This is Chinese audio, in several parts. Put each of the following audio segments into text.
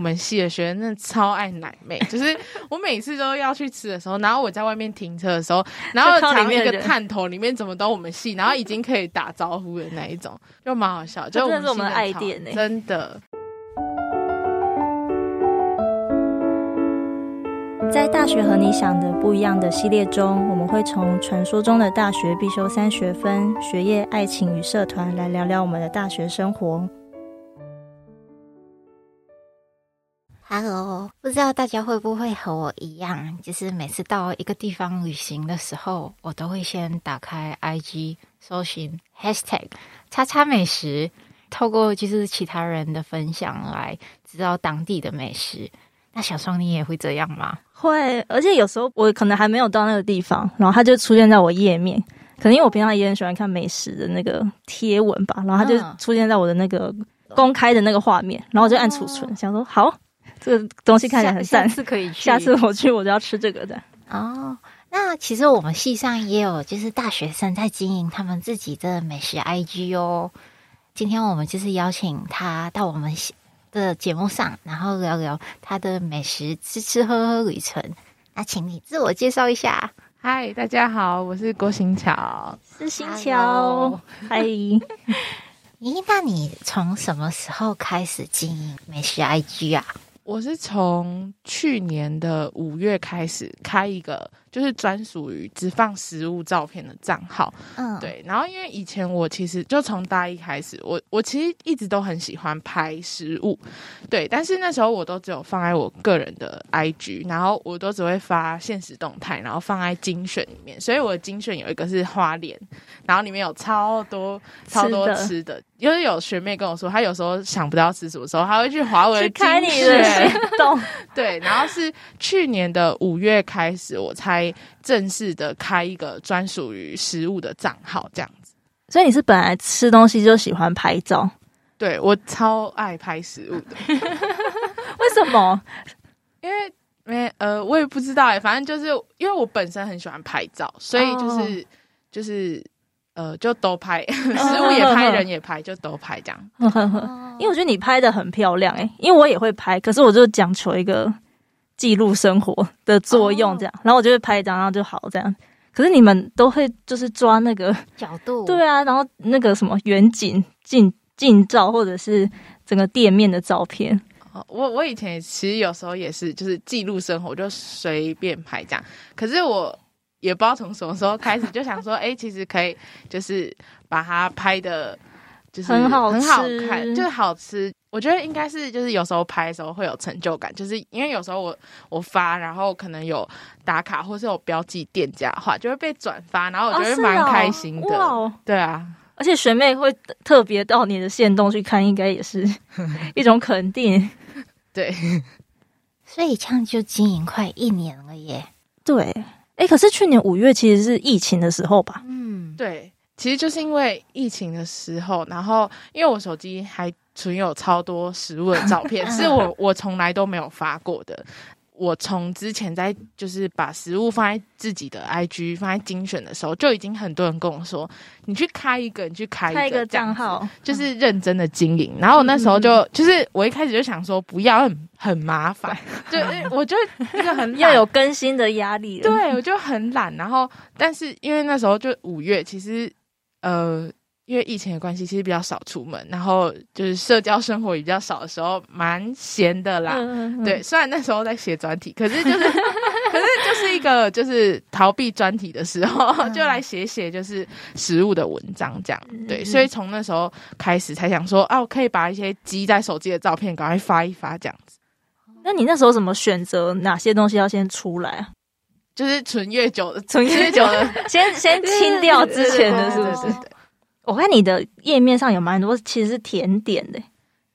我们系的学生真的超爱奶妹， 就是我每次都要去吃的时候，然后我在外面停车的时候，然后就看到藏里一面的个人探头，里面怎么都我们系，然后已经可以打招呼的那一种，就蛮好笑。就真的是我们的系爱店欸超真的。在大学和你想的不一样的系列中，我们会从传说中的大学必修三学分、学业、爱情与社团来聊聊我们的大学生活。 Hello，不知道大家会不会和我一样，就是每次到一个地方旅行的时候，我都会先打开 IG 搜寻 hashtag 叉叉美食，透过就是其他人的分享来知道当地的美食。那小双，你也会这样吗？会，而且有时候我可能还没有到那个地方，然后它就出现在我页面。可能因为我平常也很喜欢看美食的那个贴文吧，然后它就嗯出现在我的那个公开的那个画面，然后我就按储存，哦想说好，这个东西看起来很下赞下，次可以去， 下次我去我就要吃这个的。哦，那其实我们系上也有就是大学生在经营他们自己的美食 IG 哦。今天我们就是邀请他到我们系的节目上，然后聊聊他的美食吃吃喝喝旅程。那请你自我介绍一下。嗨，大家好，我是郭新桥。是新 Hello 桥，嗨，咦，那你从什么时候开始经营美食 IG 啊？我是从去年的五月开始开一个，就是专属于只放食物照片的账号。嗯，，对，然后因为以前我其实就从大一开始，我我其实一直都很喜欢拍食物，对，但是那时候我都只有放在我个人的 IG，然后我都只会发现实动态，然后放在精选里面，所以我的精选有一个是花莲，然后里面有超多超多吃的吃的，因为有学妹跟我说，她有时候想不到吃什么时候，她会去划我去的开精你的选。行动。 对，然后是去年的五月开始，我才正式的开一个专属于食物的账号，这样子。所以你是本来吃东西就喜欢拍照，对我超爱拍食物的，为什 么？因为没呃，我也不知道哎、反正就是因为我本身很喜欢拍照，所以就是、就是呃，就都拍， 食物也拍，人也拍，就都拍这样。哦因为我觉得你拍的很漂亮、欸，因为我也会拍，可是我就讲求一个记录生活的作用这样，然后我就会拍一张，然后就好这样。可是你们都会就是抓那个，角度，对啊，然后那个什么远景近近照或者是整个店面的照片，哦我我以前其实有时候也是，就是记录生活，就随便拍这样。可是我也不知道从什么时候开始，就想说，哎、 其实可以，就是把它拍的，就是很好很好吃看，就是好吃。我觉得应该是，就是有时候拍的时候会有成就感，就是因为有时候我我发，然后可能有打卡或是有标记店家的话，就会被转发，然后我觉哦得是哦蛮开心的。哇哦！对啊，而且学妹会特别到你的线动去看，应该也 是一种肯定。对，所以这样就经营快一年了耶。对，哎、可是去年五月其实是疫情的时候吧？嗯，对，其实就是因为疫情的时候，然后因为我手机还存有超多食物的照 片，是我我从来都没有发过的。我从之前在就是把食物放在自己的 IG 放在精选的时候，就已经很多人跟我说，你去开一个，你去开一个开一个这样账子号，嗯就是认真的经营。然后我那时候就就是我一开始就想说不要很很麻 烦，就呃我就那个很要懒有更新的压力了。对，我就很懒。然后，但是因为那时候就五月，其实呃，因为疫情的关系，其实比较少出门，然后就是社交生活也比较少的时候，蛮闲的啦。嗯，嗯嗯对，虽然那时候在写专题，可是就是， 可是就是一个就是逃避专题的时候， 就嗯来写写就是食物的文章这样。对，所以嗯从那时候开始才想说，啊，我可以把一些鸡在手机的照片赶快发一发这样子。那你那时候怎么选择哪些东西要先出来 啊？就是存越久的，存越越久久的先先清掉之前的，是不对对对对是？对我看你的页面上有蛮多其实是甜点的，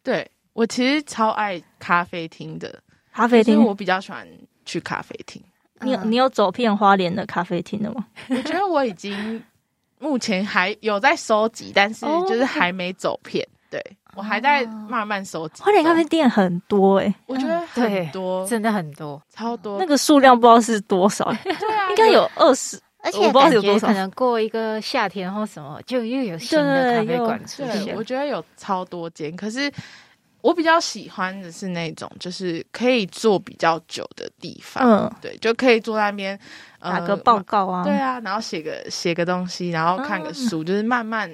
对我其实超爱咖啡厅的，咖啡就是厅。我比嗯较喜欢去咖啡厅。你嗯有你有走遍花莲的咖啡厅的吗？我觉得我已经 目前还有在收集，但是哦就是还没走遍。对我还在慢慢收集。花莲咖啡，店很多哎、我觉得很多，真的很多，超多。 那个数量不知道是 多少、对啊，应该有二十。而我且不知道感有觉多少可能过一个夏天或什么，就又有新的对咖啡馆出对，现我。觉得有超多间，可是我比较喜欢的是那种，就是可以坐比较久的地方，嗯对，就可以坐在那边、呃、打个报告啊，对啊，然后写个写个东西，然后看个书，嗯就是慢慢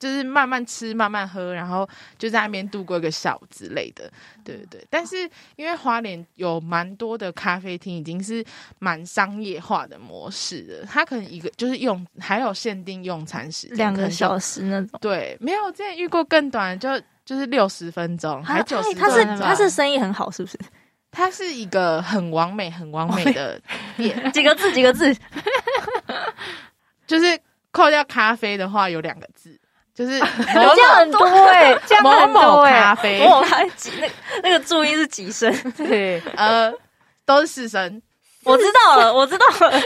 就是慢慢吃，慢慢喝，然后就在那边度过一个下午之类的。对对对。但是因为花莲有蛮多的咖啡厅，已经是蛮商业化的模式的，它可能一个就是用还有限定用餐时间，两可个能就小时那种。对，没有我之前遇过更短的，就就是六十分钟，还啊九十。他分是钟他是生意很好，是不是？它是一个很完美、很完美的店， 几个字几个 字，就是扣掉咖啡的话有两个字，就是啊这某样很多哎， 这欸样某很多某哎咖。啡，我还几那那个注音是几声？对，呃，都是四声。 我知道了，我知道了，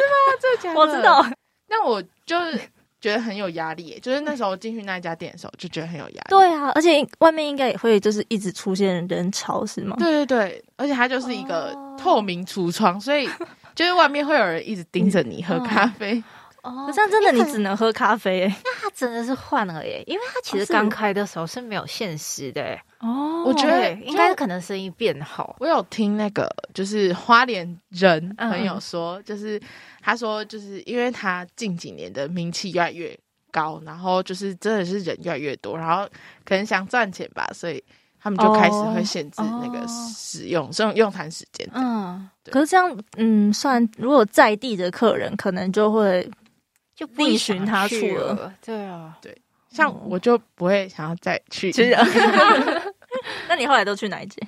我知道。。那我就是觉得很有压力耶，欸就是那时候进去那一家店的时候，就觉得很有压 力。对啊，而且外面应该也会就是一直出现人潮，是吗？对对对，而且它就是一个哦透明橱窗，所以就是外面会有人一直盯着你喝嗯咖啡。哦啊可，是真的你只能喝咖啡哎。他真的是换了耶，因为他其哦实是刚开的时候是没有限时的耶，哦我觉得对，应该可能生意变好。我有听那个就是花莲人嗯朋友说，就是他说就是因为他近几年的名气越来越高，然后就是真的是人越来越多，然后可能想赚钱吧，所以他们就开始会限制那个哦使用、用用餐时间。嗯，可是这样，嗯，算如果在地的客人，可能就会就不会逆循想他去处了了。对啊，像我就不会想要再去。其实， 那你后来都去哪一间？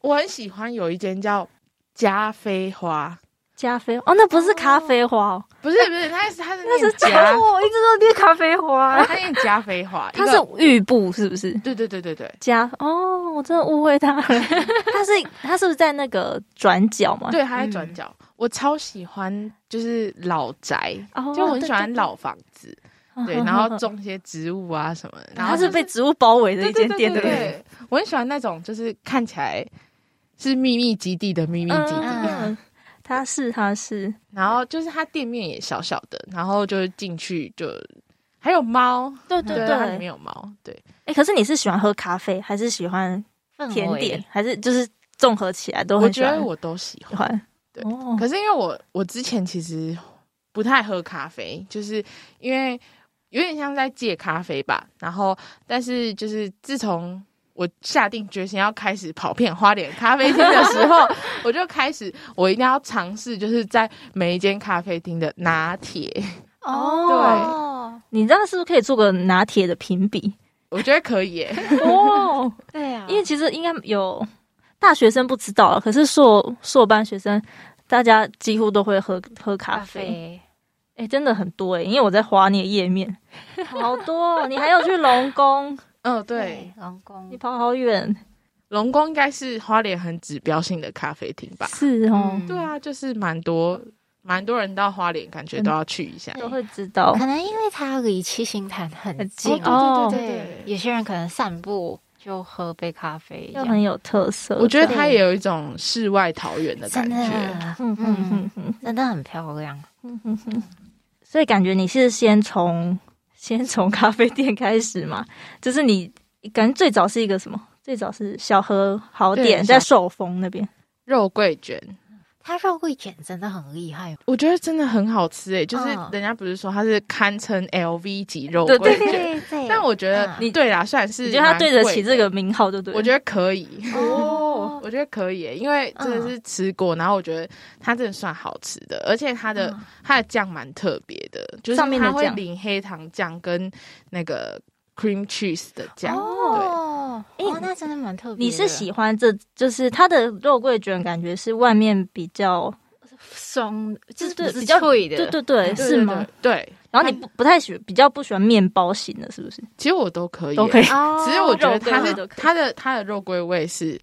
我很喜欢有一间叫加菲花，咖啡哦，那不是咖啡花哦，不是不是，它是它是那 那是加，我一直都念咖啡花它念加菲花，它一是个玉布是不是？对对对对对。加哦，我真的误会他 了。他是他是不是在那个转角嘛？对，它在嗯转角，我超喜欢，就是老宅，哦，就我很对喜欢老房子，对 对，然后种一些植物啊什么的，然然后后是就被植物包围的对一间店，对对不对？对？我很喜欢那种，就是看起来是秘密基地的秘密基地，嗯嗯，他是他是然后就是它店面也小小的，然后就是进去就还有猫，对对对对。它里面哎、有猫，对，可是你是喜欢喝咖啡，还是喜欢嗯甜点，还是就是综合起来都我很喜觉欢？得我都喜喜欢。欢。对哦可是因为我我之前其实不太喝咖啡，就是因为有点像在戒咖啡吧。然后，但是就是自从我下定决心要开始跑遍花莲咖啡厅的时候，我就开始我一定要尝试，就是在每一间咖啡厅的拿铁，哦，你这样是不是可以做个拿铁的评比？我觉得可以耶。哦，对，对啊， 因为其实应该有大学生不知道啊，可是硕硕班学生，大家几乎都会喝喝咖咖啡。啡，哎、真的很多哎、因为我在划你的页面，好多、哦。你还有去龙宫，嗯，对，，龙宫你跑好远。龙宫应该是花莲很指标性的咖啡厅吧？是哦，嗯对啊，就是蛮多蛮多人到花莲，感觉都要去一下。都会知道。嗯可能因为它离七星潭很很近近哦对对对对，有些人可能散步就喝杯咖啡，又很有特色，我觉得它也有一种世外桃源的感真的觉。，嗯嗯嗯嗯，嗯嗯真的很漂亮。嗯嗯嗯，所以感觉你是先从 先从咖啡店开始嘛，就是你感觉最早是一个什么？最早是小和好点，对在寿丰那边。肉桂卷，它肉桂卷真的很厉害，哦我觉得真的很好吃诶、就是嗯人家不是说它是堪称 LV 级肉对桂对卷，对但我觉得嗯你对啦，算是你觉得他对得起这个蛮贵名号，就的，对了。我觉得可以。哦，我觉得可以耶、因为真的是吃过，然后我觉得它真的算好吃的，而且它的、它的酱蛮特别的，就是上面的它会酱淋黑糖酱跟那个 cream cheese 的酱，哦，对哦，那真的蛮特别的。你是喜欢这，就是它的肉桂卷，感觉是外面比较，松，就是对不比是较脆的，对对对，对是吗？？对对，对然后你不不太喜，比较不喜欢面包型的，是不是？其实我都可以耶、都可以哦，只是我觉得肉桂它味是都可以它的它的肉桂味是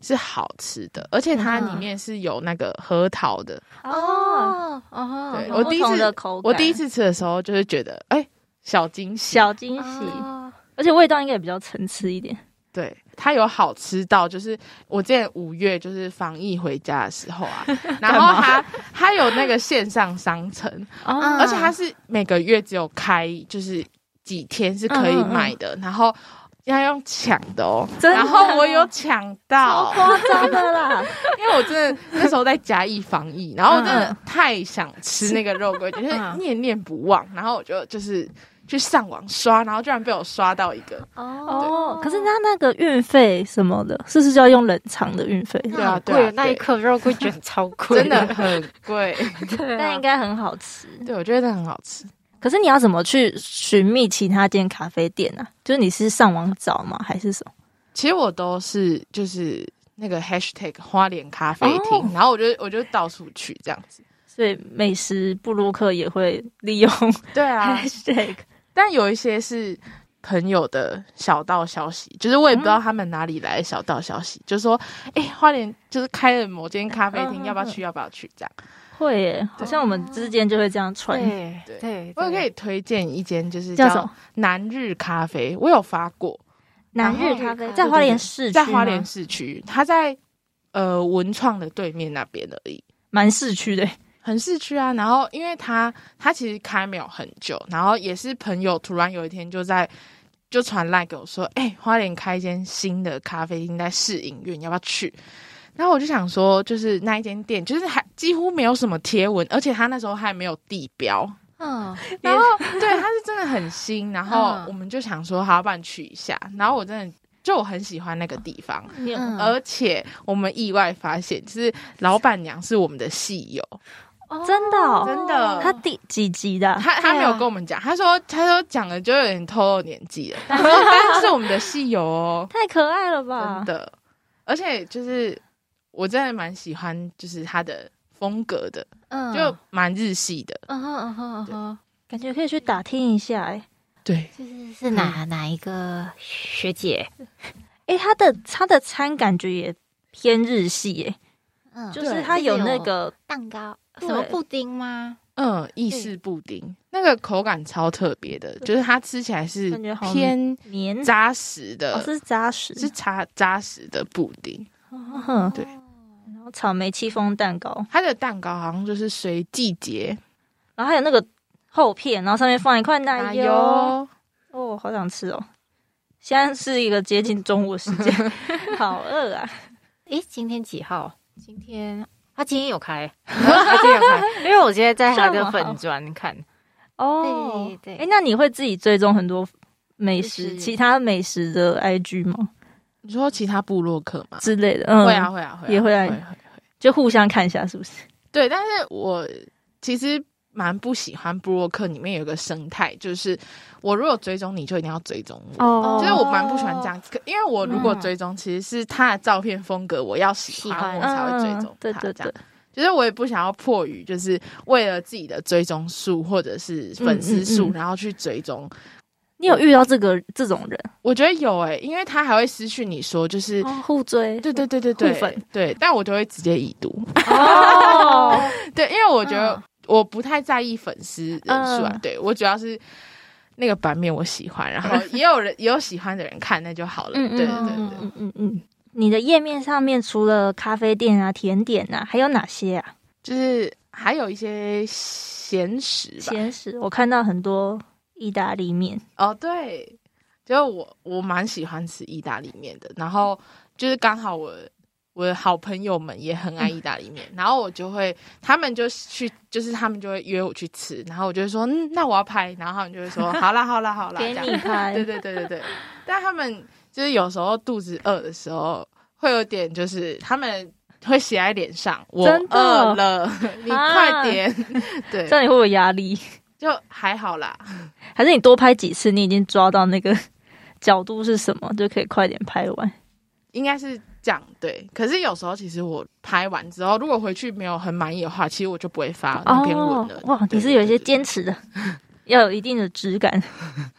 是好吃的，而且它嗯里面是有那个核桃的。哦哦，对有我不第一同次的口感我第一次吃的时候就是觉得，哎、小惊喜。小惊喜，哦而且味道应该也比较层次一点。对，它有好吃到，就是我之前五月就是防疫回家的时候 啊，然后它它有那个线上商城，嗯而且它是每个月只有开就是几天是可以买的，然后。要用抢的哦。嗯真的然后我有抢到，夸张的 啦！因为我真的那时候在嘉义防疫，然后我真的太想吃那个肉桂卷，就是嗯念念不忘。然后我就就是去上网刷，然后居然被我刷到一个，哦，可是他那个运费什么的，是不是就要用冷藏的运费？对啊对啊贵，那一颗肉桂卷超贵， 真的，很贵。对啊但应该很好吃。对，我觉得真的很好吃。可是你要怎么去寻觅其他间咖啡店啊？就是你是上网找吗，还是什么？其实我都是就是那个 hashtag 花莲咖啡厅，哦然后我就我就到处去这样子。所以美食布鲁克也会利用对啊， hashtag 但有一些是朋友的小道消息，就是我也不知道他们哪里来的小道消息，就说哎、花莲就是开了某间咖啡厅，嗯嗯要不要去？要不要去？这样，会耶，好像我们之间就会这样传。对对对，我也可以以推荐一间，就是叫什么？南日咖啡，我有发过，南日咖啊啡在花莲市区吗，在花莲市区，它在呃文创的对面那边而已。蛮市区的耶。很市区啊，然后因为它它其实开没有很久，然后也是朋友突然有一天就在就传赖给我说，哎、花莲开一间新的咖啡厅在试营运，要不要去？然后我就想说，就是那一间店，就是还几乎没有什么贴文，而且它那时候还没有地标，嗯，然后 对，它是真的很新，然后我们就想说，好，不然去一下。然后我真的就我很喜欢那个地方，你有嗯而且我们意外发现，就是老板娘是我们的戏友。真的哦真的他第几集的啊？他他对啊没有跟我们讲，他说他说讲了就有点透露年纪 了，但是但是我们的戏友哦，太可爱了吧啊真！的，而且就是我真的蛮喜欢，就是他的风格的，嗯就蛮日系的，嗯哼嗯哼嗯哼，感觉可以去打听一下、哎，对，就是是哪哪一个学姐？哎、他的他的餐感觉也偏日系、嗯哎，就是它有那个蛋糕，对什么布丁吗？嗯，意式布丁那个口感超特别的，就是它吃起来是感觉好偏黏，扎实哦的，是扎实，是扎扎实的布丁，嗯，对然后草莓戚风蛋糕，它的蛋糕好像就是随季节然后还有那个厚片，然后上面放一块奶奶油， 油，哦，好想吃哦！现在是一个接近中午的时间， 好饿啊！诶，今天几号？今天他今天有开，他今天有开， 因为我今天在他的粉砖看，哦，对对对哎，那你会自己追踪很多美就食、是其他美食的 IG 吗你说其他部落客吗？之类的？嗯，会啊，会啊，会啊，也会啊会。就互相看一下，是不是？对，但是我其实蛮不喜欢布洛克里面有一个生态，就是我如果追踪你，就一定要追踪我。哦其实我蛮不喜欢这样，可因为我如果追踪，其实是他的照片风格，我要喜欢喜欢我才会追踪嗯对他。对这对样，，就是我也不想要迫于，就是为了自己的追踪数或者是粉丝嗯嗯数，嗯然后去追踪。你有遇到这个这种人，我觉得有诶、因为他还会私讯你说，就是哦、互追，对对对对互对粉，对，但我就会直接已读。 哦，对，因为我觉得嗯我不太在意粉丝人数啊，嗯对我主要是那个版面我喜欢， 然后也有人也有喜欢的人看，那就好了。嗯嗯对对 嗯对嗯对嗯嗯嗯，你的页面上面除了咖啡店啊、甜点啊，还有哪些啊？就是还有一些闲食吧。鲜食，我看到很多意大利面，哦，对，就我我蛮喜欢吃意大利面的，然后就是刚好我。我的好朋友们也很爱意大利面，然后我就会，他们就去，就是他们就会约我去吃，然后我就会说，嗯，那我要拍，然后他们就会说，好啦，好啦，好啦，这给样你拍， 对对对对对，但他们就是有时候肚子饿的时候，会有点就是他们会写在脸上，我真的啊饿了， 你快点， 这对，样你会不会有压力？就还好啦。还是你多拍几次，你已经抓到那个 角度是什么，就可以快点拍完。应该是这样对，可是有时候其实我拍完之后，如果回去没有很满意的话，其实我就不会发那篇文了。哦哇，对你是有一些坚，持的，要有一定的质感。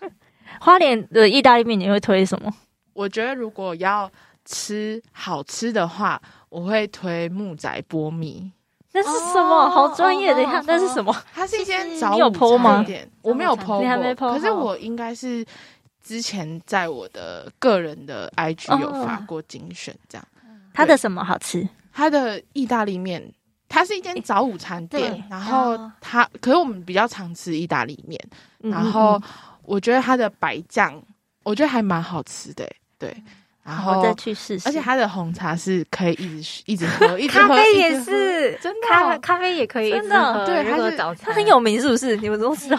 花莲的意大利面你会推什么？我觉得如果要吃好吃的话，我会推木仔波米，那是什么？哦好专业的哦呀哦！那是什么？它是一就间是早你有 po 午吗餐店，我没有早 PO 过，午餐你还没 po 可是好我应该是之前在我的个人的 IG 哦有发过精选，这样。它的什么好吃？它的意大利面，它是一间早午餐对店，然后哦它，可是我们比较常吃意大利面，嗯然后我觉得它的白酱。我觉得还蛮好吃的、对。然嗯我后再，去试试。而且它的红茶是可以一直一直喝， 一直咖喝，啡一直也喝，是，真的咖哦啡咖啡也可以一真直的喝。对如它果是早餐它很有名，是不是？你们都知道？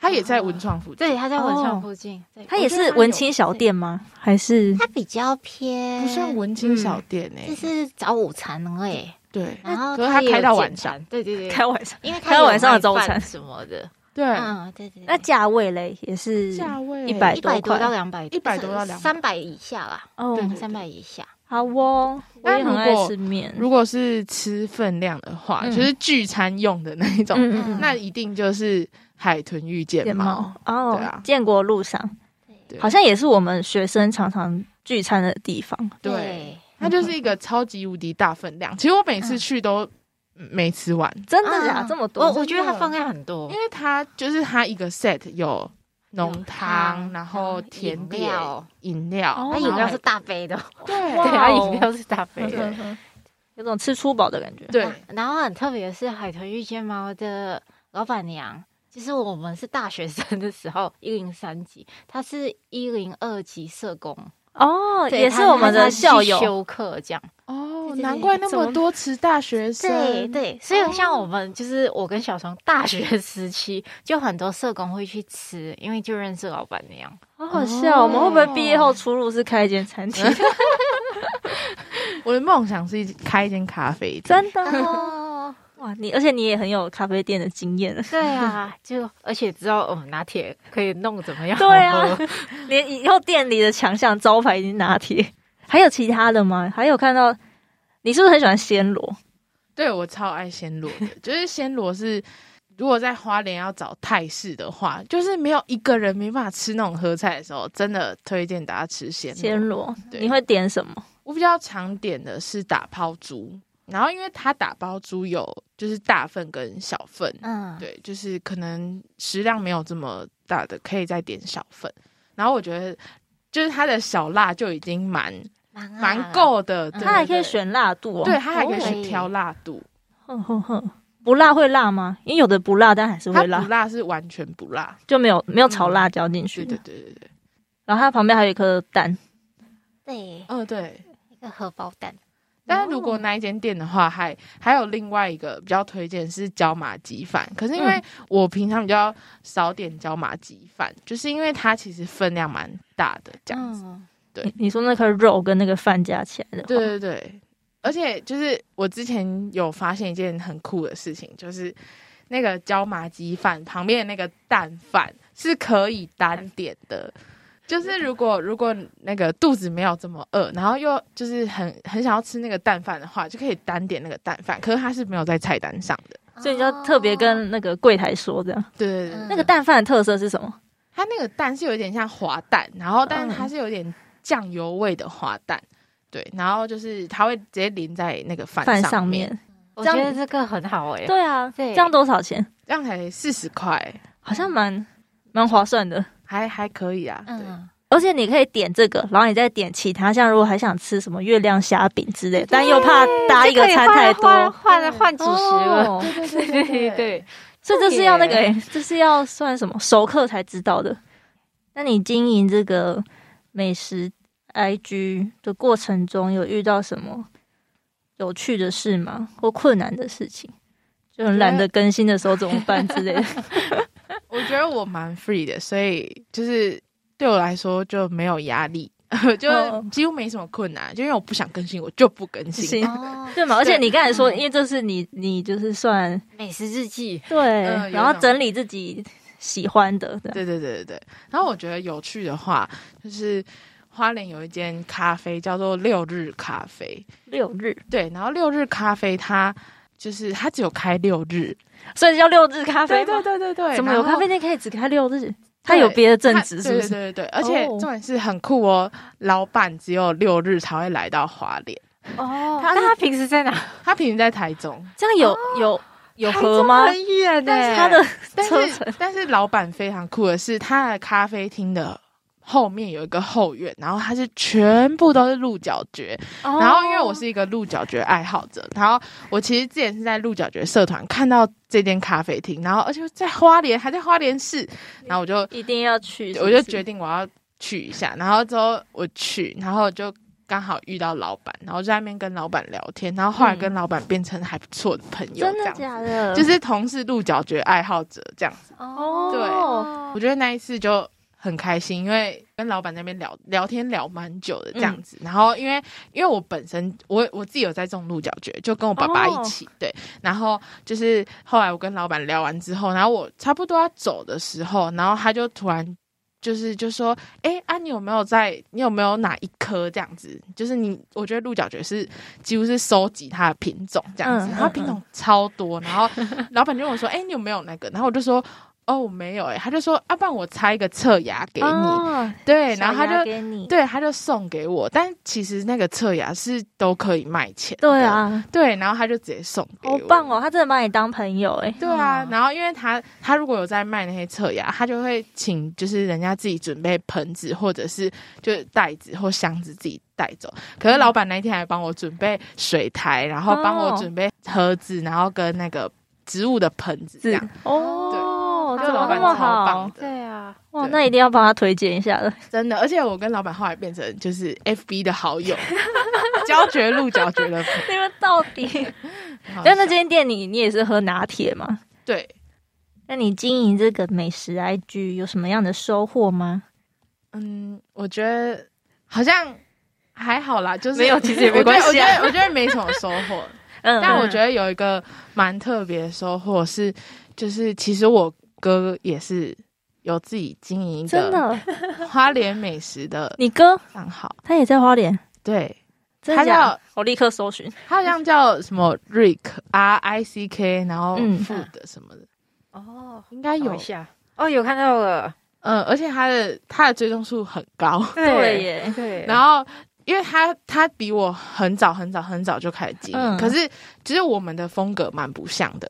它也在文创附近。对，它在文创哦附近，对 它也是文青小，店吗？还是我觉得它有它比较偏不像文青小店哎、嗯就是早午餐而已。对然后可是它也有开到晚简上餐，对对对，开晚上？因为开有晚上的卖早饭餐什么的。对，嗯，对对对。那价位嘞也是价位一百一百多多块到两百， 100多到200三百嗯以下啦，哦对三百以下。好哦，我那也很如爱果吃面。如果是吃分量的话，嗯就是聚餐用的那一种，嗯嗯嗯那一定就是海豚遇见面猫包。哦，对啊建国路上对好像也是我们学生常常聚餐的地方。对，它就是一个超级无敌大分量。其实我每次去都嗯没吃完，真对，的假的？啊嗯这么我多？我觉得真它的放量很多因，为它就是它一个 set 有浓汤，然后甜饮点、料饮料，哦它然饮后料还是大杯的哦，对哇 对，对它哦饮料是大杯嗯的。嗯嗯有种吃粗饱的感觉。 对啊然后很特别的是，海豚遇见猫的老板娘，就是我们是大学生的时候，一零三级，她是一零二级社工，哦，对也是她我们她的是去校友。修课这样。哦对，对难怪那么多池大学生。对对，所哦以像我们就是我跟小虫大学时期，就很多社工会去吃，因为就认识老板娘。好好笑！哦我们会不会毕业后出路是开一间餐 厅？我的梦想是开一间咖啡店，真的 哦，哦，。哇！你而且你也很有咖啡店的经验 了 对啊，就而且知道我们拿铁可以弄怎么样？对啊， 连以后店里的强项招牌已经拿铁。 还有其他的吗？还有看到你是不是很喜欢暹罗？对我超爱暹罗的，就是暹罗是。如果在花莲要找泰式的话，就是没有一个人没办法吃那种合菜的时候，真的推荐大家吃暹暹罗。罗，对你会点什么？我比较常点的是打抛猪，然后因为它打抛猪有就是大份跟小份，嗯，对，就是可能食量没有这么大的，可以再点小份。然后我觉得就是它的小辣就已经蛮蛮啊蛮。够的，嗯对它还可对以选辣度哦。对，它还可以哦去挑辣度，哼哼哼，不辣会辣吗？因为有的不辣，但还是它会不辣，辣是完全不辣。就没有没有炒辣椒进去对的对。对对对，然后它旁边还有一颗蛋，对，嗯对。一个荷包蛋。但是如果那一间店的话，还还有另外一个比较推荐是椒麻鸡饭。可是因为嗯我平常比较少点椒麻鸡饭，就是因为它其实分量蛮大的这样子。嗯，你你说那颗肉跟那个饭加起来的话，对对对，而且就是我之前有发现一件很酷的事情，就是那个椒麻鸡饭旁边的那个蛋饭是可以单点的。就是如果如果那个肚子没有这么饿，然后又就是很很想要吃那个蛋饭的话，就可以单点那个蛋饭。可是它是没有在菜单上的。所以你就要特别哦跟那个柜台说这样。对对对，嗯那个蛋饭的特色是什么？它那个蛋是有点像滑蛋，然后但嗯是它是有点酱油味的滑蛋。对，然后就是它会直接淋在那个饭饭上上面，面。我这觉样得这个很好哎。对啊，对这样多少钱？这样才四十块。好像蛮蛮划算的。还还可以啊，对，嗯，而且你可以点这个，然后你再点其他，像如果还想吃什么月亮虾饼之类，但又怕搭一个啊餐太多，换换换主食 了。哦 对对对对，所以这是要那个、耶欸，这是要算什么熟客才知道的。那你经营这个美食 IG 的过程中，有遇到什么有趣的事吗？或困难的事情？就很懒得更新的时候怎么办之 类的？我觉得我蛮 free 的，所以就是对我来说就没有压力， 就哦几乎没什么困难，就因为我不想更新，我就不更新。行哦，对嘛？而且你刚才嗯说，因为这是你，你就是算美食日记，对，有一种然后整理自己喜欢的，对对对对对对。然后我觉得有趣的话，就是花莲有一间咖啡叫做六日咖啡，六日，对，然后六日咖啡它就是它只有开六日，所以叫六日咖啡吗。对对对怎么有咖啡？店可以只开六日？他对有别的正它职是不是？对对对对，而且哦重点是很酷哦，老板只有六日才会来到花莲。哦那他平时在哪？他平时在台中，这样有、有有合吗？很远呢、他的但车是程但是老板非常酷的是，他的咖啡厅的后面有一个后院，然后它是全部都是鹿角蕨。哦然后因为我是一个鹿角蕨爱好者，然后我其实之前是在鹿角蕨社团看到这间咖啡厅，然后而且在花莲还在花莲市，然后我就一定要去是不我是就决定我要去一下，然后之后我去，然后就刚好遇到老板，然后就在那边跟老板聊天，然后后来嗯跟老板变成还不错的朋友，真这的样子假的？就是同是鹿角蕨爱好者这样子。哦对哦我觉得那一次就很开心，因为跟老板那边聊聊天聊蛮久的这样嗯子。然后因为因为我本身我我自己有在种鹿角蕨，就跟我爸爸一起、哦对。然后就是后来我跟老板聊完之后，然后我差不多要走的时候，然后他就突然。就是就说，哎、啊，你有没有在？你有没有哪一颗这样子？就是你，我觉得鹿角蕨是几乎是收集它的品种这样子，嗯嗯然后品种超多。然后老板就问我说，哎、你有没有那个？然后我就说，哦，我没有哎、他就说，啊，不然我拆一个侧牙给你，哦对，然后他小牙就给你，对，啊他就送给我，但其实那个侧牙是都可以卖钱，对，啊，对，然后他就直接送给好我，棒哦，他真的把你当朋友哎，对啊嗯，然后因为他他如果有在卖那些侧牙，他就会请就是人家自己准备盆子或者是就是袋子或箱子自己带走。嗯可是老板那一天还帮我准备水台，然后帮我哦准备盒子，然后跟那个植物的盆子这是样。哦，这怎么老板那超么好棒？的，对啊，哇，对那一定要帮他推荐一下 的。真的。而且我跟老板后来变成就是 FB 的好 友，交绝路交绝的朋你们到底？友。 但那间店你你也是喝拿铁吗？对那你经营这个美食 IG 有什么样的收获吗？嗯，我觉得好像还好啦，就是没有其实也没关系啊我觉得我觉得我觉得没什么收获，嗯但我觉得得有一个蛮特别的收获是，就是其实我哥也是有自己经营一个真的，花莲美食的你哥账 号，他也在花莲，对真他的假的叫我立刻搜寻。他好像叫什么 Rick R I C K，然后嗯 food 什么的，哦，应该有有。下哦，有看到了，嗯，而且他的他的追踪数很高，对耶，对，然后因为他他比我很早很早很早就开始经营，嗯可是其实我们的风格蛮不像的，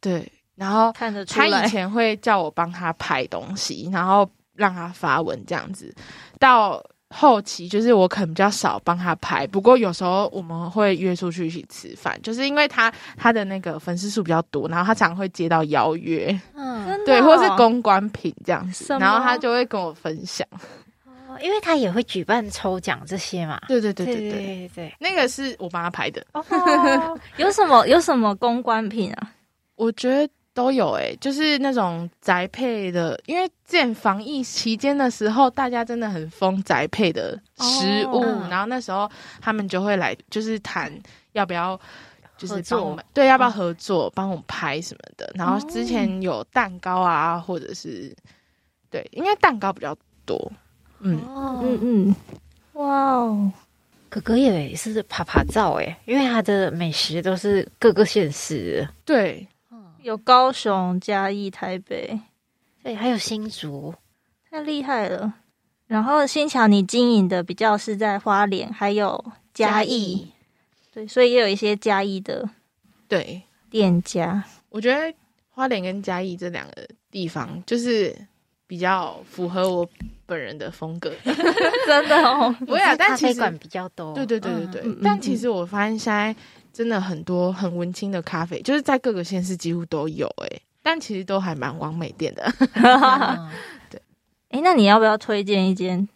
对。然后看得出他以 来。前会叫我帮他拍东西，然后让他发文这样子。到后期就是我可能比较少帮他拍，不过有时候我们会约出去一起吃饭，就是因为他他的那个粉丝数比较多，然后他常会接到邀约，嗯，对，或是公公关品这样子哦什，么然后他就会跟我分享。哦因为他也会举办抽奖这些嘛，对对对对对对，对对，那个是我帮他拍的，哦， 有什么有什么公关品啊？我觉得。都有诶、就是那种宅配的，因为之前防疫期间的时候，大家真的很疯宅配的食物，哦嗯然后那时候他们就会来，就是谈要不要，就是合帮作我们对要不要合作，帮、我们拍什么的。然后之前有蛋糕啊，或者是对，应该蛋糕比较多，嗯，嗯嗯，嗯，哇哦，哥哥也是爬爬照哎，因为他的美食都是各个县市的，对，有高雄、嘉义、台北，对，还有新竹，太厉害了。然后新桥你经营的比较是在花莲，还有嘉嘉义义，对，所以也有一些嘉义的对，店家。我觉得花莲跟嘉义这两个地方，就是比较符合我本人的风格。 真的哦，不会啊，但咖其啡实馆比较多，对对对对对，嗯嗯但嗯其实我发现现在真的很多很文青的咖啡，就是在各个县市几乎都有哎、但其实都还蛮完美店的。嗯， 诶，那你要不要推荐一间，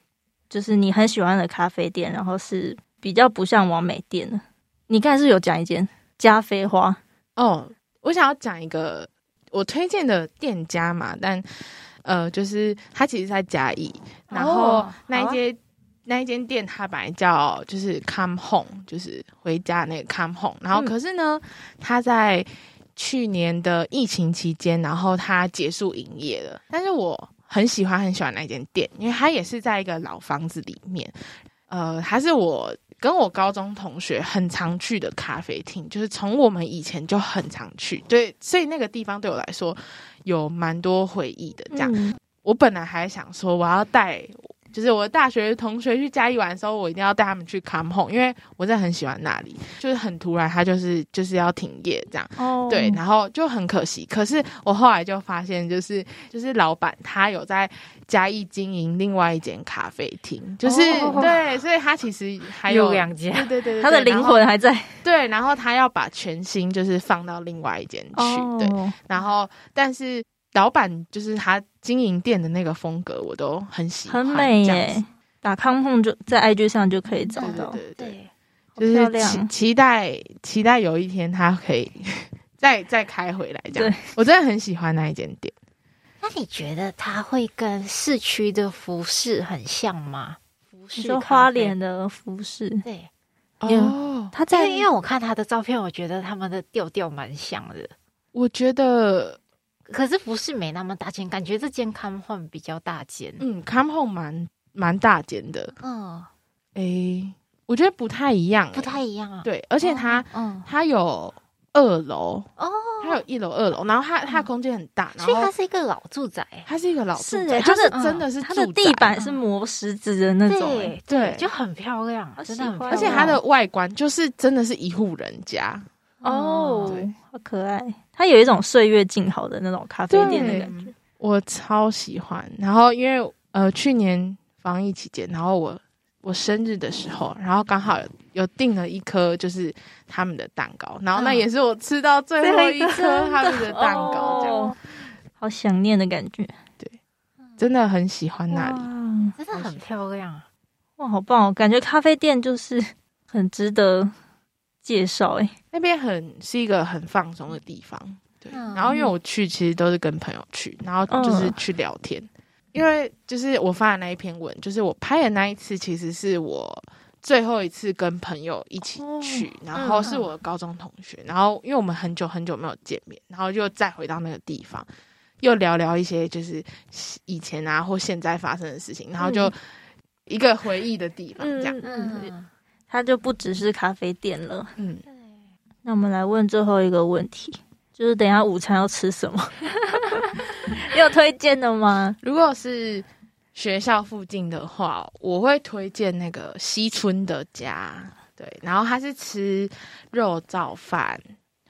就是你很喜欢的咖啡店，然后是比较不像完美店的？你刚才是有讲一间加菲花，哦，我想要讲一个我推荐的店家嘛，但呃，就是它其实在嘉义，然后哦那一好啊间、那一间店它本来叫就是 Come Home，就是回家那个 Come Home，然后嗯可是呢，它在去年的疫情期间，然后它结束营业了，但是我很喜欢很喜欢那间店，因为它也是在一个老房子里面，呃，还是我跟我高中同学很常去的咖啡厅，就是从我们以前就很常去，对，所以那个地方对我来说有蛮多回忆的。这样，嗯我本来还想说我要带，就是我的大学同学去嘉义玩的时候，我一定要带他们去 Come Home，因为我真的很喜欢那里。就是很突然，他就是就是要停业这样。哦对，然后就很可惜。可是我后来就发现，就是就是老板他有在嘉义经营另外一间咖啡厅，就是、哦对，所以他其实还有有两家，对对对对他的对灵然后魂还在对，然后他要把全心哦就是放到另外一间去，对，然后但是老板就是他经营店的那个风格，我都很喜欢，很美这样耶子。打康碰就在 IG 上就可以找对到， 对对对，好就漂是期亮。期待期待有一天它可以 再再开回来这样对。我真的很喜欢那一间店，那你觉得它会跟市区的服饰很像吗？服你饰说咖啡花莲的服饰，对，哦，它因在为因为我看他的照片，我觉得他们的调调蛮像的。我觉得可是服饰没那么大件，感觉这间看换比较大件。嗯，Come Home 蛮蛮大间的，嗯，诶、我觉得不太一样、欸不太一样啊。，对，而而且它、，嗯，它有二楼，哦，嗯它有一楼、二楼，然后它它的空间很大，然所以它后是一个老住宅，它是一个老住是宅，欸就它是的真的是它的住宅地板是磨石子的那种欸，对对就很漂亮，好真的很喜漂欢亮。而且它的外观就是真的是一户人家，哦嗯对，好可爱。它有一种岁月静好的那种咖啡店的对感觉。嗯我超喜欢。然后因为呃去年防疫期间，然后我我生日的时候，然后刚好有有订了一颗就是他们的蛋糕，然后那嗯也是我吃到最后一颗真的他们的蛋糕，这样、哦，好想念的感觉。真的很喜欢那里。里真的很漂亮。哇，好棒哦！感觉咖啡店就是很值得介绍哎。那边很是一个很放松的地方，对。嗯然后因为我去其实都是跟朋友去，然后就是嗯去聊天，因为就是我发的那一篇文，就是我拍的那一次，其实是我最后一次跟朋友一起去，哦然后是我的高中同学，然后因为我们很久很久没有见面，然后又再回到那个地方，又聊聊一些就是以前啊或现在发生的事情，然后就嗯一个回忆的地方这样，嗯，，它就不只是咖啡店了。嗯对，那我们来问最后一个问题，就是等一下午餐要吃什么？ 你有推荐的吗？如果是学校附近的话，我会推荐那个西村的家，对，然后他是吃肉燥饭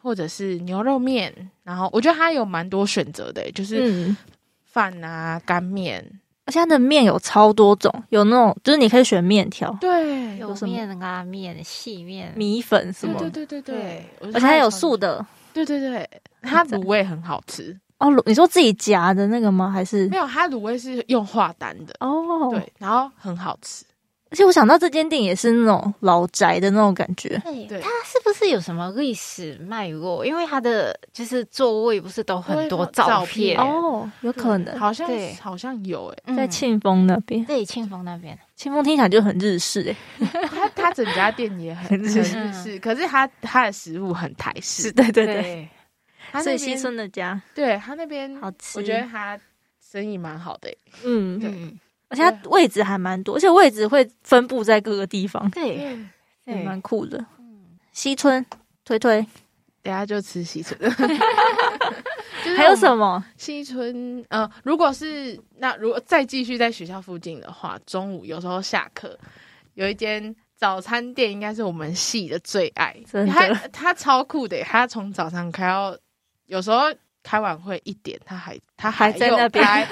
或者是牛肉面，然后我觉得他有蛮多选择的，就是嗯，饭啊、干面，而且它的面有超多种，有那种就是你可以选面条、对，有什么面拉面、细面，米粉什对么，对对对对对，我觉得而且它它有素，的。对对对，它卤味很好吃，哦，卤你说自己夹的那个吗？还是没有，它卤味是用化单的，哦？对，然后很好吃，而且我想到这间店也是那种老宅的那种感觉，对对它是不是有什么历史脉络？因为它的就是座位不是都很多照对片哦，有可能好像对好像有诶，嗯在庆丰那边，对庆丰那边，庆丰听起来就很日式欸诶、他他整家店也很很日日式式，可 是他他的食物很台式。对对，对，他那所以边西村的家对他那边，好吃，我觉得他生意蛮好的欸、嗯，嗯，而且它位置还蛮多，而且位置会分布在各个地方，对也对，蛮酷的。嗯西村推推等下就吃西 村。嗯还有么什么？西村？呃，如果是那如果再继续在学校附近的话，中午有时候下课有一间。早餐店应该是我们系的最爱，真的他他超酷的欸，他从早上开到有时候开完会一点，他还他还在那边有开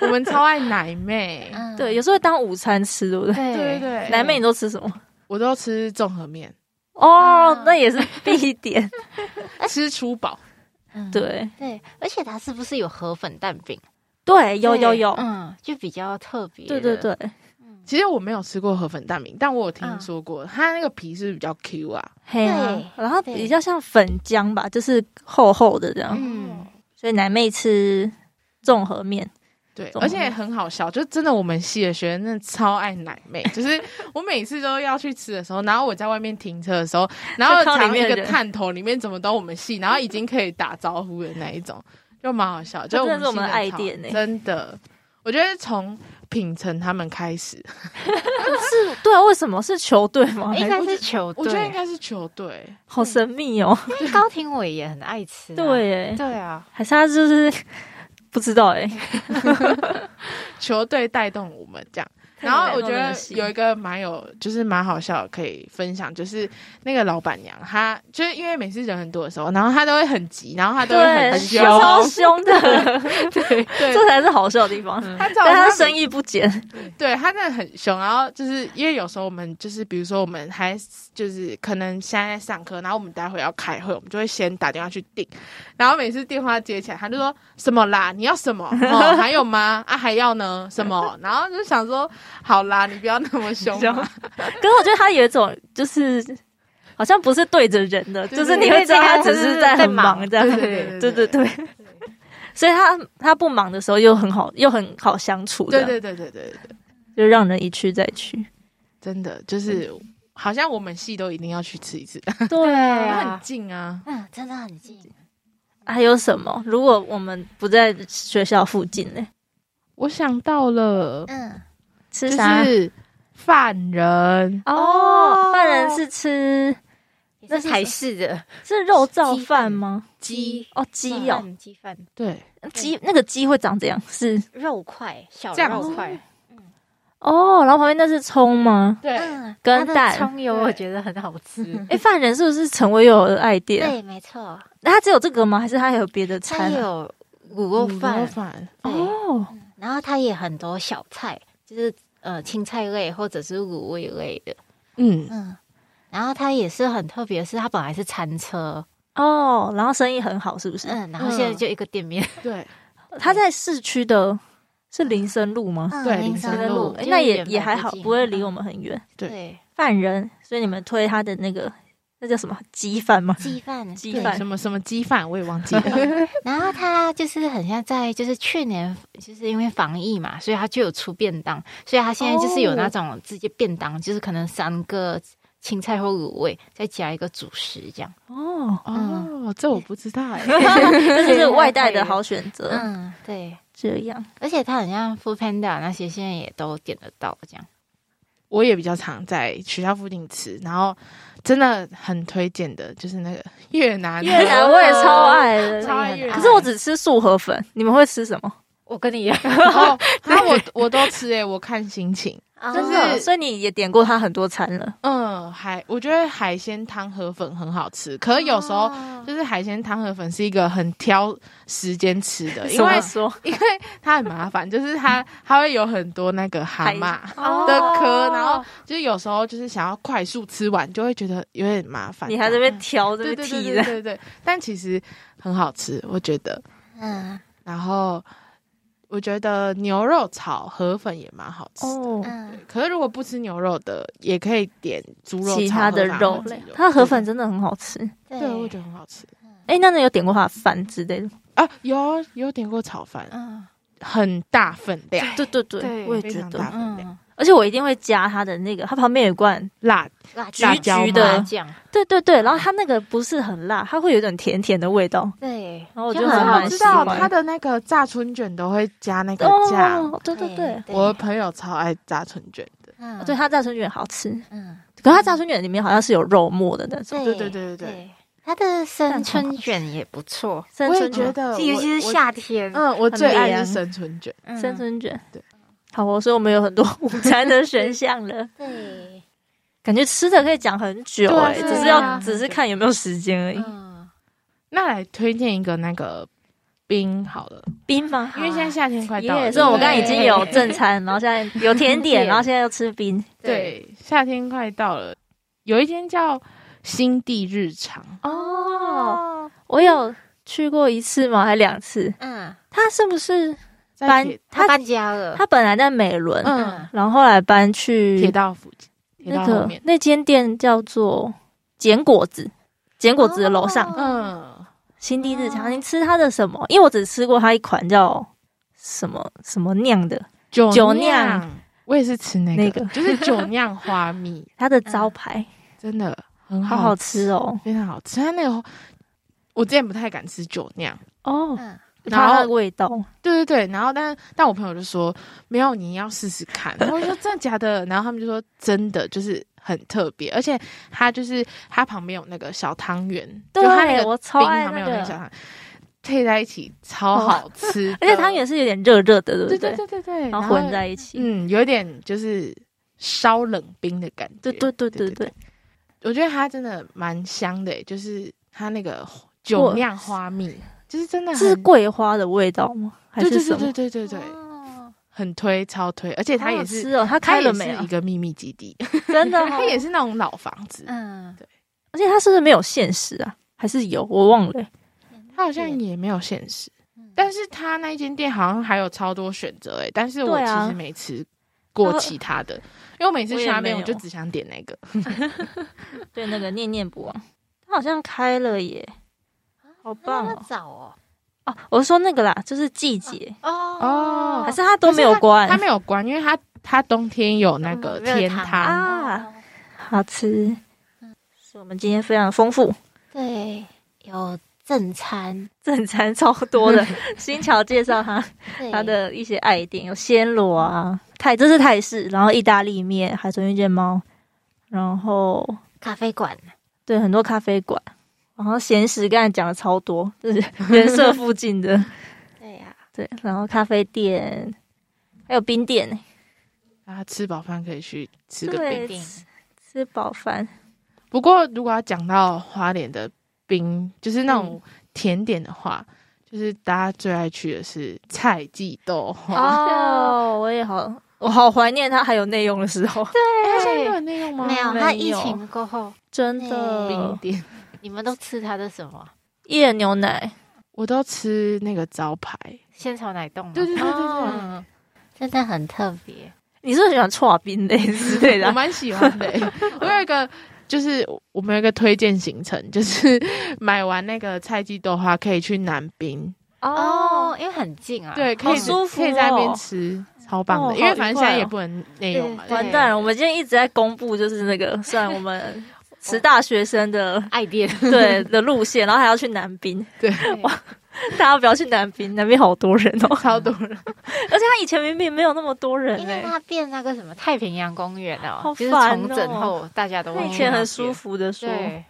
我们超爱奶 妹，嗯对，有时候会当午餐吃，对不 对？对对对南美你都吃什么？我都吃综合面，哦嗯，那也是必 点。哎吃出饱。嗯对对，而且它是不是有河粉蛋饼？对，有有对有，嗯，就比较特别，对对，对，其实我没有吃过河粉蛋饼，但我有嗯听说过，它那个皮是不是比较 Q 啊。嘿啊对，然后对比较像粉浆吧，就是厚厚的这样。嗯，所以奶妹吃综合面，对，综合而且很好笑，就真的我们系的学生真的超爱奶 妹，就是我每次都要去吃的时候，然后我在外面停车的时候，然后就看到藏里一面的个人探头，里面怎么都我们系，然后已经可以打招呼的那一种，就蛮好笑。就真的是我们系我们的爱店超欸真的，我觉得从品成他们开始，是对啊？为什么是球队吗？嗯应哦还该是球我觉得应队，该是球队，好神秘哦。因为高庭伟也很爱吃啊，对，哎，对啊，还是他就是 不知道哎。球队带动我们这样。然后我觉得有一个蛮有，就是蛮好笑，可以分享，就是那个老板娘，她就是因为每次人很多的时候，然后她都会很急，然后她都会对很凶，超凶的，对 对，嗯这才是好笑的地方。她找但他她生意不减，对他真的很凶，然后就是因为有时候我们就是，比如说我们还就是可能现在在上课，然后我们待会要开会，我们就会先打电话去订，然后每次电话接起来，他就说什么啦，你要什么？哦，还有吗？啊，还要呢？什么？然后就想说，好啦，你不要那么凶嘛，可是我觉得他有一种就是好像不是对着人的，对就是你会知道他只是在很忙这样。对对对对对对，所以他他不忙的时候又很好，又很好相处这对样，对对对对，就让人一去再去。真的就是好像我们系都一定要去吃一次，对很啊，近啊，嗯，真的很近。还有什么？如果我们不在学校附近呢？我想到了，嗯，吃就啥？是犯人。哦，饭人是吃那是台式的是肉燥饭吗？鸡哦，鸡哦，饭鸡饭，对，鸡那个鸡会长怎样？是肉块小这样肉子块，哦，然后旁边那是葱吗？对，嗯，跟它的蛋葱油对我觉得很好 吃。哎，犯人是不是陈伟友的爱店？嗯对，没错，那他只有这个吗？还是他还有别的它餐啊？有卤肉饭，饭对，哦，然后它也很多小菜，就是呃青菜类或者是卤味类的，嗯，嗯。然后它也是很特别，是它本来是餐车，哦，然后生意很好，是不是？嗯，然后现在就一个店面，对，他在市区的，是林森路吗？嗯对林林森森路路，诶就是那也远也百还附好，近嗯不会离我们很远。对对犯人，所以你们推他的那个，那叫什么鸡饭吗？鸡饭鸡对饭什么什么鸡饭我也忘记 了，然后他就是很像在，就是去年就是因为防疫嘛，所以他就有出便当，所以他现在就是有那种直接便当，就是可能三个青菜或卤味，再加一个主食这样。哦， 哦，这我不知道哎， 这就是外带的好选择。嗯，对，这样，而且他很像 Food Panda 那些，现在也都点得到这样。我也比较常在学校附近吃，然后真的很推荐的就是那个 越嗯南越南我也超爱的，超爱越南，可是我只吃素河粉，你们会吃什么？我跟你一样， 哦，然后我我都吃哎，我看心情，啊真就的，是所以你也点过他很多餐了。嗯，海我觉得海鲜汤河粉很好吃，可是有时候就是海鲜汤河粉是一个很挑时间吃的，因怎为么呃说？ 因为它很麻烦，就是它它会有很多那个蛤蟆。哦的壳，然后就是有时候就是想要快速吃完，就会觉得有点麻烦。你还在那边挑，这对边对对剔对的对，对对，但其实很好吃，我觉得。嗯然后我觉得牛肉炒河粉也蛮好吃。哦嗯，可是如果不吃牛肉的，也可以点猪肉炒其他的河粉肉或者鸡肉它的欸河粉真的很好吃。对对，对我觉得很好吃哎，那你有点过它的饭之类的？啊。有有点过炒饭，嗯很大分量，对对对，对我也非觉常得大。分量，嗯，而且我一定会加它的那个，它旁边有一罐，辣辣橘椒橘麻的酱，对对对，然后它那个不是很辣，它会有一种甜甜的味道。对，然后我就就还很我蛮知喜道欢它的那个炸春卷都会加那个酱，，对对哦对，我朋友超爱炸春卷的。嗯对，它炸春卷好吃，嗯。可它炸春卷里面好像是有肉末的那种，对对对对对对，它的生春卷也不错，生我也春觉卷，得我，嗯尤其是我夏天，嗯，我最很爱凉是生春卷。嗯生春卷，对。好哦，所以我们有很多午餐的选项了，对， 感觉吃的可以讲很久对啊哎，对只是啊要只是看有没有时间而已。嗯， 那来推荐一个那个冰好了，冰吗？因为现在夏天快也到了，也是，我刚才已对经有正餐，然后现在有甜点，然后现在又吃冰。对夏天快到了，有一间叫新地日常，哦，，我有去过一次吗？还两次？嗯，它是不是在搬铁他它搬家了，它本来在美伦，嗯然后后来搬去铁道附近，铁道那后个面，那间店叫做简果子，简果子的楼上、哦嗯，新地日常。你吃它的什么？因为我只吃过它一款叫什么什么酿的，酒酒酿，我也是吃那个，那个就是酒酿花 蜜，它的招牌、真的很好好吃哦非常好吃。它那个我之前不太敢吃酒酿，哦，嗯，然它后的味道对对对，然后但但我朋友就说没有，你要试试看。然后我 就说真的假的？然后他们就说真的，就是很特别，而且它就是它旁边有那个小汤圆，就它那个我超冰爱旁那边有那个小个。汤。配在一起超好吃 的，而且汤圆是有点热热的，对不对对对对对，然后混在一起，嗯，有点就是烧冷冰的感觉。对对对对对对，我觉得它真的蛮香的、欸就是它那个酒酿花蜜，就是真的这很是桂花的味道吗？嗯还对是对什对么？对对对对，很推超推，而且它好好也是吃哦，它开了它也没是啊一？个秘密基地， 真的 哦，它也是那种老房子，嗯，而且它是不是没有限时啊？还是有？我忘了欸、嗯它好像也没有限时，但是它那一间店好像还有超多选择哎、但是我对啊其实没吃过其他的，因为我每次去那边我我也没有就只想点那个，对，那个念念不忘，它好像开了耶，好棒那哦么！早哦，哦，我是说那个啦，就是季节，哦哦还是它都没有关，它没有关，因为它它冬天有那个嗯热天汤汤，啊，好吃。是我们今天非常丰富，对，有正餐，正餐超多的。新桥介绍他对他的一些爱店，有暹罗啊，泰这是泰式，然后意大利面，海豚遇见猫，然后咖啡馆，对，很多咖啡馆，然后闲时刚才讲的超多，就是人社附近的，对呀，对，然后咖啡店，还有冰店呢，然后啊吃饱饭可以去吃个冰。对，饼吃吃饱饭，不过如果要讲到花莲的冰，就是嗯那种甜点的话，就是大家最爱去的是菜记豆花。哦，我也好，我好怀念它还有内用的 时候，哎它现在都有内用吗？没有，没他疫有情过后，真冰的，店，你们都吃他的什么？ 一人牛奶，我都吃那个招牌。鲜草奶冻吗，对对对对对，嗯，真的很特别，你是不是喜欢搓冰类之类的我 啊？蛮喜欢 的、我有一个。就是我们有一个推荐行程，就是买完那个菜记豆花可以去南滨，哦，因为很近啊，对，可以、好舒服哦可以在那边吃，超棒的。哦好因为反正现在愉快哦也不能内用嘛，对完蛋了，我们今天一直在公布，就是那个，虽然我 们是大学生的。爱店，对的路线，然后还要去南滨，对，大家不要去南滨，南滨好多人哦。超多人。而且他以前明明没有那么多人因哎、为它变那个什么太平洋公园好哦，就是烦哦重整后大家都他以前很嗯舒，服的说，对，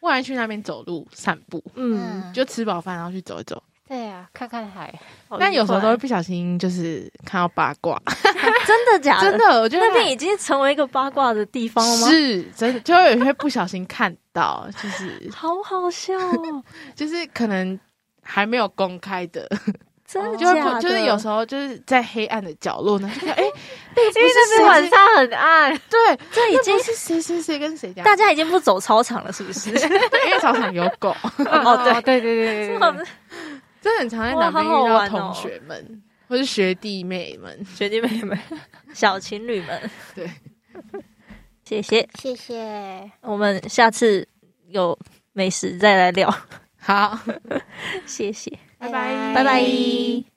我还去那边走路散步，嗯，就吃饱饭然后去走一走。对啊，看看海，好但有时候都会愉不小心就是看到八卦，快 真的假 的？真的，我觉得那边已经成为一个八卦的地方了吗？是真的，就有些不小心看到， 就是好好笑 哦，就是可能还没有公开的，真的就会哦假不的？哦就是有时候就是在黑暗的角落呢，就 看哎，那个不因为是那谁边晚谁上很暗，对，这已经不是谁谁谁跟谁这样，大家已经不走操场了，是 不是？对因为操场有 狗，哦对对对对对对，真的很常在哇南边好好遇到玩哦同学们或是学弟妹们，学弟妹们、小情侣们，对，谢谢，谢谢，我们下次有美食再来聊，好。谢谢，拜拜拜拜。拜